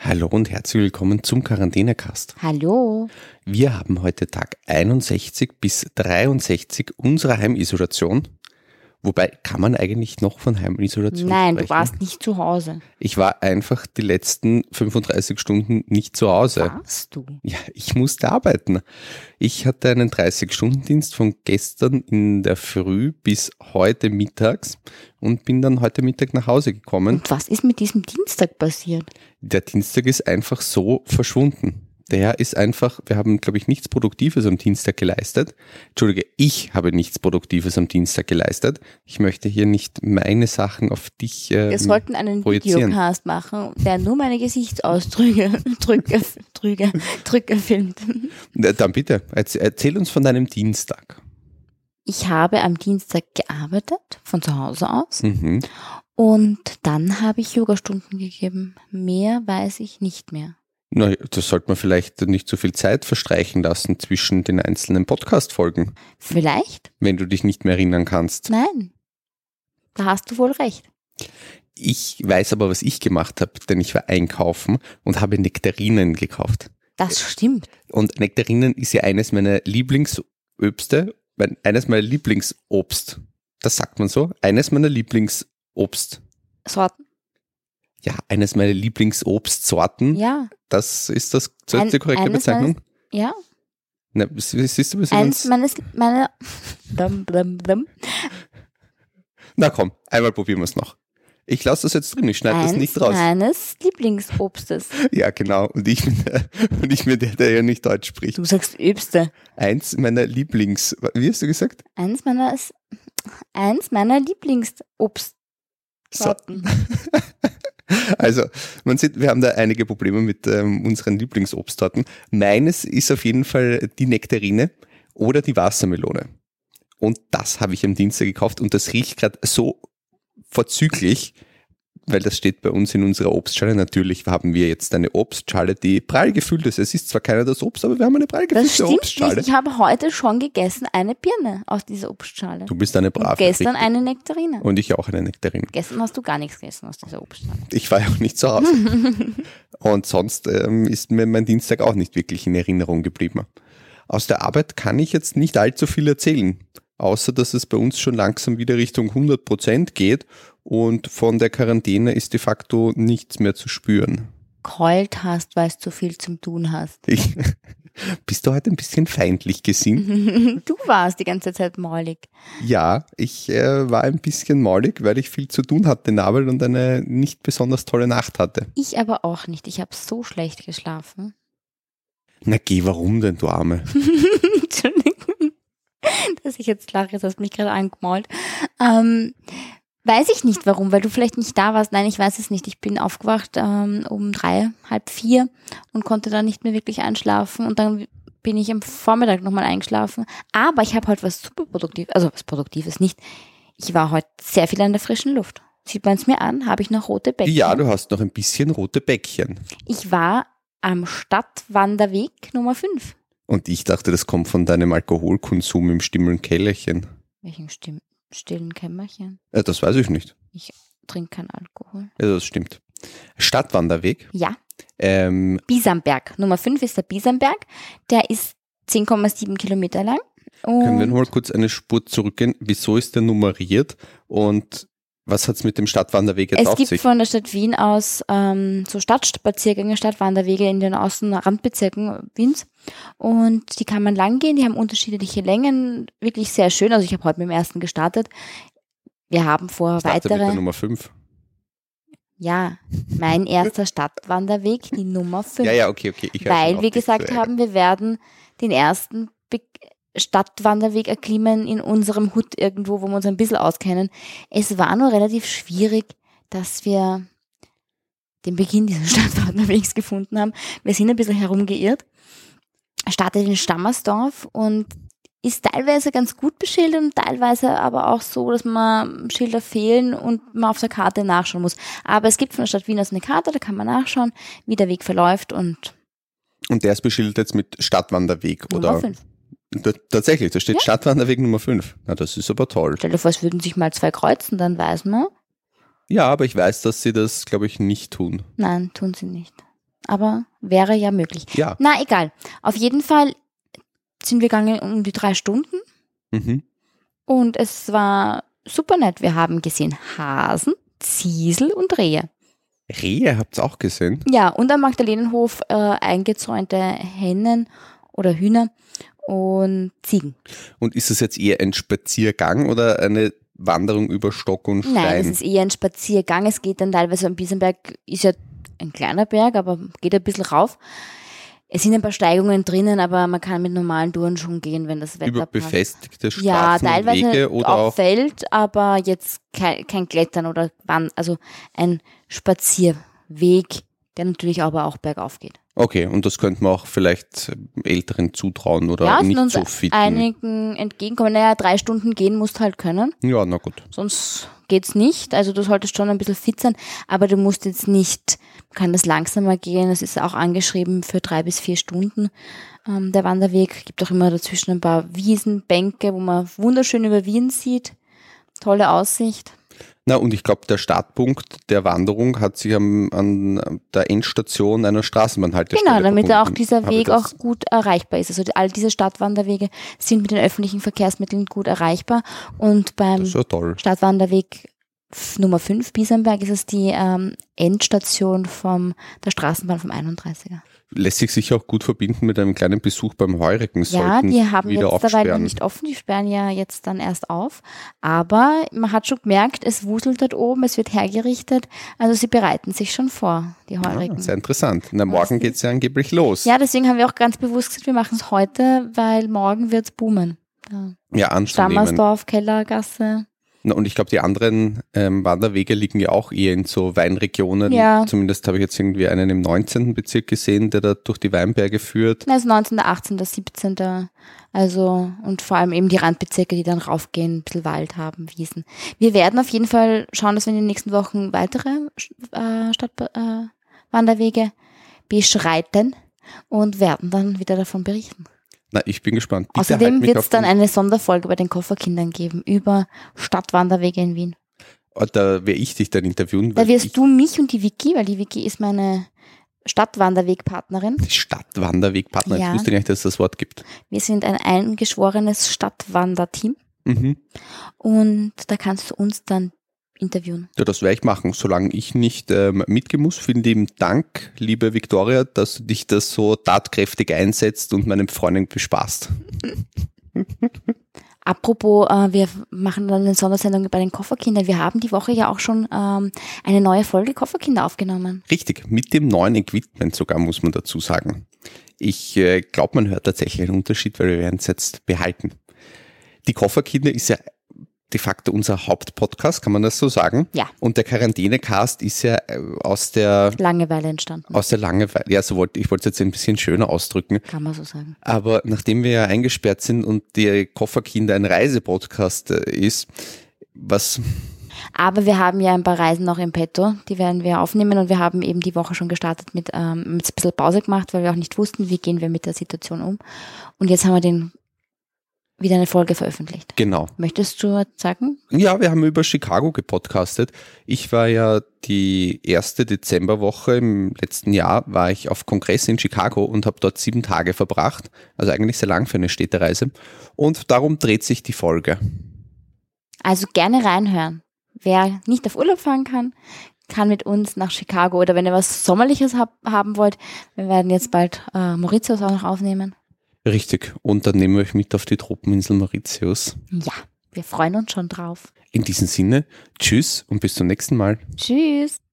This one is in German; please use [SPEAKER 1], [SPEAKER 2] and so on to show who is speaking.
[SPEAKER 1] Hallo und herzlich willkommen zum Quarantänecast.
[SPEAKER 2] Hallo.
[SPEAKER 1] Wir haben heute Tag 61 bis 63 unserer Heimisolation. Wobei, kann man eigentlich noch von Heimisolation
[SPEAKER 2] Nein, du
[SPEAKER 1] sprechen?
[SPEAKER 2] warst nicht zu Hause.
[SPEAKER 1] Ich war einfach die letzten 35 Stunden nicht zu Hause.
[SPEAKER 2] Warst du?
[SPEAKER 1] Ja, ich musste arbeiten. Ich hatte einen 30-Stunden-Dienst von gestern in der Früh bis heute mittags und bin dann heute Mittag nach Hause gekommen.
[SPEAKER 2] Und was ist mit diesem Dienstag passiert?
[SPEAKER 1] Der Dienstag ist einfach so verschwunden. Der ist einfach, wir haben, glaube ich, nichts Produktives am Dienstag geleistet. Entschuldige, ich habe nichts Produktives am Dienstag geleistet. Ich möchte hier nicht meine Sachen auf dich. Äh,
[SPEAKER 2] Wir sollten einen
[SPEAKER 1] projizieren.
[SPEAKER 2] Videocast machen, der nur meine Gesichtsausdrücke Drücke, Drücke, Drücke filmt.
[SPEAKER 1] Na, äh, Dann bitte, erz- erzähl uns von deinem Dienstag.
[SPEAKER 2] Ich habe am Dienstag gearbeitet, von zu Hause aus.
[SPEAKER 1] Mhm.
[SPEAKER 2] Und dann habe ich Yogastunden gegeben. Mehr weiß ich nicht mehr.
[SPEAKER 1] Na, das sollte man vielleicht nicht so viel Zeit verstreichen lassen zwischen den einzelnen Podcast-Folgen,
[SPEAKER 2] Vielleicht?
[SPEAKER 1] wenn du dich nicht mehr erinnern kannst.
[SPEAKER 2] Nein. Da hast du wohl recht.
[SPEAKER 1] Ich weiß aber, was ich gemacht habe, denn ich war einkaufen und habe Nektarinen gekauft.
[SPEAKER 2] Das stimmt.
[SPEAKER 1] Und Nektarinen ist ja eines meiner Lieblingsöbste, mein- eines meiner Lieblingsobst. Das sagt man so. Eines meiner Lieblingsobst.
[SPEAKER 2] Sorten?
[SPEAKER 1] Ja, eines meiner Lieblingsobstsorten.
[SPEAKER 2] Ja.
[SPEAKER 1] Das ist das, das
[SPEAKER 2] Ein-
[SPEAKER 1] ist die korrekte
[SPEAKER 2] eines
[SPEAKER 1] Bezeichnung.
[SPEAKER 2] Ja.
[SPEAKER 1] Na, sie- siehst du, wir sind uns,
[SPEAKER 2] Eins meines, meine, blum, blum, blum.
[SPEAKER 1] Na komm, einmal probieren wir es noch. Ich lasse das jetzt drin, ich schneide das
[SPEAKER 2] eins
[SPEAKER 1] nicht raus.
[SPEAKER 2] meines Lieblingsobstes.
[SPEAKER 1] Ja, genau. Und ich, bin der, und ich bin der, der ja nicht Deutsch spricht.
[SPEAKER 2] Du sagst Übste.
[SPEAKER 1] Eins meiner Lieblings... Wie hast du gesagt?
[SPEAKER 2] Eins meiner ist, eins meiner Lieblingsobstsorten.
[SPEAKER 1] So, Also, man sieht, wir haben da einige Probleme mit ähm, unseren Lieblingsobstsorten. Meines ist auf jeden Fall die Nektarine oder die Wassermelone. Und das habe ich am Dienstag gekauft und das riecht gerade so vorzüglich, weil das steht bei uns in unserer Obstschale. Natürlich haben wir jetzt eine Obstschale, die prall gefüllt ist. Es ist zwar keiner das Obst, aber wir haben eine prall
[SPEAKER 2] Das
[SPEAKER 1] gefüllte
[SPEAKER 2] stimmt nicht.
[SPEAKER 1] Obstschale.
[SPEAKER 2] Ich habe heute schon gegessen eine Birne aus dieser Obstschale.
[SPEAKER 1] Du bist eine brave.
[SPEAKER 2] Und gestern
[SPEAKER 1] Richtig.
[SPEAKER 2] eine Nektarine.
[SPEAKER 1] und ich auch eine Nektarine.
[SPEAKER 2] gestern hast du gar nichts gegessen aus dieser Obstschale.
[SPEAKER 1] Ich war ja auch nicht zu Hause. Und sonst ähm, ist mir mein Dienstag auch nicht wirklich in Erinnerung geblieben. Aus der Arbeit kann ich jetzt nicht allzu viel erzählen, außer dass es bei uns schon langsam wieder Richtung 100 Prozent geht und von der Quarantäne ist de facto nichts mehr zu spüren.
[SPEAKER 2] Keult hast, weil du zu viel zum Tun hast.
[SPEAKER 1] Ich, bist du heute ein bisschen feindlich gesinnt?
[SPEAKER 2] du warst die ganze Zeit maulig.
[SPEAKER 1] Ja, ich äh, war ein bisschen maulig, weil ich viel zu tun hatte, Nabel, und eine nicht besonders tolle Nacht hatte.
[SPEAKER 2] Ich aber auch nicht. Ich habe so schlecht geschlafen.
[SPEAKER 1] Na geh, warum denn, du Arme?
[SPEAKER 2] Entschuldigung, dass ich jetzt lache, jetzt hast du mich gerade angemault. Ähm, weiß ich nicht warum, weil du vielleicht nicht da warst. Nein, ich weiß es nicht. Ich bin aufgewacht ähm, um drei, halb vier und konnte dann nicht mehr wirklich einschlafen und dann bin ich am Vormittag nochmal eingeschlafen. Aber ich habe heute was super Produktives, also was Produktives nicht. Ich war heute sehr viel an der frischen Luft. Sieht man es mir an, habe ich noch rote Bäckchen.
[SPEAKER 1] Ja, du hast noch ein bisschen rote Bäckchen.
[SPEAKER 2] Ich war am Stadtwanderweg Nummer 5.
[SPEAKER 1] Und ich dachte, das kommt von deinem Alkoholkonsum im stillen Kellerchen.
[SPEAKER 2] Welchen Stimm stillen Kämmerchen?
[SPEAKER 1] Äh, das weiß ich nicht.
[SPEAKER 2] trinke keinen Alkohol.
[SPEAKER 1] Also das stimmt. Stadtwanderweg.
[SPEAKER 2] Ja,
[SPEAKER 1] Ähm,
[SPEAKER 2] Bisamberg. Nummer 5 ist der Bisamberg. Der ist 10,7 Kilometer lang. Und
[SPEAKER 1] können wir noch mal kurz eine Spur zurückgehen? Wieso ist der nummeriert? Und was hat's mit dem Stadtwanderweg jetzt
[SPEAKER 2] es
[SPEAKER 1] auf
[SPEAKER 2] gibt
[SPEAKER 1] sich?
[SPEAKER 2] von der Stadt Wien aus ähm, so Stadtspaziergänge, Stadtwanderwege in den Außenrandbezirken Wiens. Und die kann man lang gehen, die haben unterschiedliche Längen, wirklich sehr schön. Also ich habe heute mit dem ersten gestartet. Wir haben vor
[SPEAKER 1] Starte mit der
[SPEAKER 2] weitere,
[SPEAKER 1] Nummer 5.
[SPEAKER 2] ja, mein erster Stadtwanderweg, die Nummer 5.
[SPEAKER 1] Ja, ja, okay, okay. Ich hör schon
[SPEAKER 2] weil
[SPEAKER 1] auf,
[SPEAKER 2] wir
[SPEAKER 1] dich zu
[SPEAKER 2] gesagt
[SPEAKER 1] ärgern.
[SPEAKER 2] haben, wir werden den ersten Be Stadtwanderweg erklimmen in unserem Hut irgendwo, wo wir uns ein bisschen auskennen. Es war nur relativ schwierig, dass wir den Beginn dieses Stadtwanderwegs gefunden haben. Wir sind ein bisschen herumgeirrt, startet in Stammersdorf und ist teilweise ganz gut beschildert und teilweise aber auch so, dass man Schilder fehlen und man auf der Karte nachschauen muss. Aber es gibt von der Stadt Wien aus eine Karte, da kann man nachschauen, wie der Weg verläuft und
[SPEAKER 1] Und der ist beschildert jetzt mit Stadtwanderweg,
[SPEAKER 2] Nummer
[SPEAKER 1] oder?
[SPEAKER 2] fünf.
[SPEAKER 1] Da, tatsächlich, da steht
[SPEAKER 2] Ja.
[SPEAKER 1] Stadtwanderweg Nummer 5. Na, das ist aber toll.
[SPEAKER 2] Stell dir vor, es würden sich mal zwei kreuzen, dann weiß man.
[SPEAKER 1] Ja, aber ich weiß, dass sie das, glaube ich, nicht tun.
[SPEAKER 2] Nein, tun sie nicht. aber wäre ja möglich.
[SPEAKER 1] Ja.
[SPEAKER 2] Na, egal. Auf jeden Fall sind wir gegangen um die drei Stunden
[SPEAKER 1] Mhm.
[SPEAKER 2] und es war super nett. Wir haben gesehen Hasen, Ziesel und Rehe.
[SPEAKER 1] Rehe habt ihr auch gesehen?
[SPEAKER 2] Ja, und am Magdalenenhof äh, eingezäunte Hennen oder Hühner und Ziegen.
[SPEAKER 1] Und ist das jetzt eher ein Spaziergang oder eine Wanderung über Stock und Stein?
[SPEAKER 2] Nein, es ist eher ein Spaziergang. Es geht dann teilweise am Biesenberg, ist ja ein kleiner Berg, aber geht ein bisschen rauf. Es sind ein paar Steigungen drinnen, aber man kann mit normalen Touren schon gehen, wenn das Wetter
[SPEAKER 1] über
[SPEAKER 2] passt.
[SPEAKER 1] befestigte Straßen
[SPEAKER 2] Ja,
[SPEAKER 1] und Wege
[SPEAKER 2] teilweise
[SPEAKER 1] oder
[SPEAKER 2] auf
[SPEAKER 1] auch
[SPEAKER 2] Feld, aber jetzt kein, kein Klettern oder Wand, also ein Spazierweg, der natürlich aber auch bergauf geht.
[SPEAKER 1] Okay, und das könnte man auch vielleicht Älteren zutrauen oder
[SPEAKER 2] ja, es sind
[SPEAKER 1] nicht
[SPEAKER 2] uns
[SPEAKER 1] so fit.
[SPEAKER 2] einigen entgegenkommen. Naja, drei Stunden gehen musst halt können,
[SPEAKER 1] Ja, na gut.
[SPEAKER 2] sonst geht's nicht. Also du solltest schon ein bisschen fit sein, aber du musst jetzt nicht, kann das langsamer gehen. Es ist auch angeschrieben für drei bis vier Stunden. Ähm, der Wanderweg gibt auch immer dazwischen ein paar Wiesenbänke, wo man wunderschön über Wien sieht. Tolle Aussicht.
[SPEAKER 1] Na, und ich glaube, der Startpunkt der Wanderung hat sich am, an der Endstation einer Straßenbahnhaltestelle
[SPEAKER 2] Genau, damit
[SPEAKER 1] befunden.
[SPEAKER 2] auch dieser
[SPEAKER 1] Aber
[SPEAKER 2] Weg
[SPEAKER 1] das-
[SPEAKER 2] auch gut erreichbar ist. Also die- all diese Stadtwanderwege sind mit den öffentlichen Verkehrsmitteln gut erreichbar. Und beim
[SPEAKER 1] Das ist ja toll.
[SPEAKER 2] Stadtwanderweg F- Nummer 5 Biesenberg ist es die ähm, Endstation vom, der Straßenbahn vom 31er.
[SPEAKER 1] Lässt sich sicher auch gut verbinden mit einem kleinen Besuch beim Heurigen.
[SPEAKER 2] Ja,
[SPEAKER 1] Sollten
[SPEAKER 2] die haben
[SPEAKER 1] wieder
[SPEAKER 2] jetzt dabei noch
[SPEAKER 1] aufsperren.
[SPEAKER 2] nicht offen, die sperren ja jetzt dann erst auf. Aber man hat schon gemerkt, es wuselt dort oben, es wird hergerichtet. Also sie bereiten sich schon vor, die Heurigen.
[SPEAKER 1] Ah, sehr interessant. Na, morgen geht's ja angeblich los.
[SPEAKER 2] Ja, deswegen haben wir auch ganz bewusst gesagt, wir machen es heute, weil morgen wird's boomen. Ja.
[SPEAKER 1] ja anzunehmen.
[SPEAKER 2] Stammersdorf, Kellergasse.
[SPEAKER 1] Na, und ich glaube, die anderen ähm, Wanderwege liegen ja auch eher in so Weinregionen.
[SPEAKER 2] Ja.
[SPEAKER 1] Zumindest habe ich jetzt irgendwie einen im 19. Bezirk gesehen, der da durch die Weinberge führt.
[SPEAKER 2] Also 19., 18., 17. Also, und vor allem eben die Randbezirke, die dann raufgehen, ein bisschen Wald haben, Wiesen. Wir werden auf jeden Fall schauen, dass wir in den nächsten Wochen weitere äh, Stadt, äh, Wanderwege beschreiten und werden dann wieder davon berichten.
[SPEAKER 1] Na, ich bin gespannt. Bitte halt
[SPEAKER 2] Außerdem
[SPEAKER 1] mich
[SPEAKER 2] wird
[SPEAKER 1] auf
[SPEAKER 2] es dann
[SPEAKER 1] den-
[SPEAKER 2] eine Sonderfolge bei den Kofferkindern geben über Stadtwanderwege in Wien.
[SPEAKER 1] Oh, Da werde ich dich dann interviewen.
[SPEAKER 2] Da
[SPEAKER 1] weil
[SPEAKER 2] wirst
[SPEAKER 1] ich
[SPEAKER 2] du mich und die Vicky, weil die Vicky ist meine Stadtwanderwegpartnerin.
[SPEAKER 1] die Stadtwanderwegpartner.
[SPEAKER 2] Ja.
[SPEAKER 1] Ich wusste nicht, dass es das Wort gibt.
[SPEAKER 2] Wir sind ein eingeschworenes Stadtwanderteam
[SPEAKER 1] Mhm.
[SPEAKER 2] und da kannst du uns dann interviewen.
[SPEAKER 1] Ja, das werde ich machen, solange ich nicht ähm, mitgehen muss. Vielen lieben Dank, liebe Viktoria, dass du dich das so tatkräftig einsetzt und meinen Freunden bespaßt.
[SPEAKER 2] Apropos, äh, wir machen dann eine Sondersendung bei den Kofferkindern. Wir haben die Woche ja auch schon ähm, eine neue Folge Kofferkinder aufgenommen.
[SPEAKER 1] Richtig, mit dem neuen Equipment sogar, muss man dazu sagen. Ich äh, glaube, man hört tatsächlich einen Unterschied, weil wir werden es jetzt behalten. Die Kofferkinder ist ja de facto unser Hauptpodcast, kann man das so sagen?
[SPEAKER 2] Ja.
[SPEAKER 1] Und der Quarantäne-Cast ist ja äh, aus der,
[SPEAKER 2] Langeweile entstanden,
[SPEAKER 1] aus der Langeweile, ja, so wollte, ich wollte es jetzt ein bisschen schöner ausdrücken,
[SPEAKER 2] kann man so sagen.
[SPEAKER 1] aber nachdem wir ja eingesperrt sind und die Kofferkinder ein Reisepodcast äh, ist, was
[SPEAKER 2] Aber wir haben ja ein paar Reisen noch im Petto, die werden wir aufnehmen und wir haben eben die Woche schon gestartet mit, ähm, mit ein bisschen Pause gemacht, weil wir auch nicht wussten, wie gehen wir mit der Situation um. Und jetzt haben wir den wieder eine Folge veröffentlicht.
[SPEAKER 1] genau.
[SPEAKER 2] Möchtest du was sagen?
[SPEAKER 1] Ja, wir haben über Chicago gepodcastet. Ich war ja die erste Dezemberwoche im letzten Jahr, war ich auf Kongress in Chicago und habe dort sieben Tage verbracht. Also eigentlich sehr lang für eine Städtereise. Und darum dreht sich die Folge.
[SPEAKER 2] Also gerne reinhören. Wer nicht auf Urlaub fahren kann, kann mit uns nach Chicago oder wenn ihr was Sommerliches hab, haben wollt, wir werden jetzt bald äh, Mauritius auch noch aufnehmen.
[SPEAKER 1] Richtig. Und dann nehmen wir euch mit auf die Tropeninsel Mauritius.
[SPEAKER 2] Ja, wir freuen uns schon drauf.
[SPEAKER 1] In diesem Sinne, tschüss und bis zum nächsten Mal.
[SPEAKER 2] Tschüss.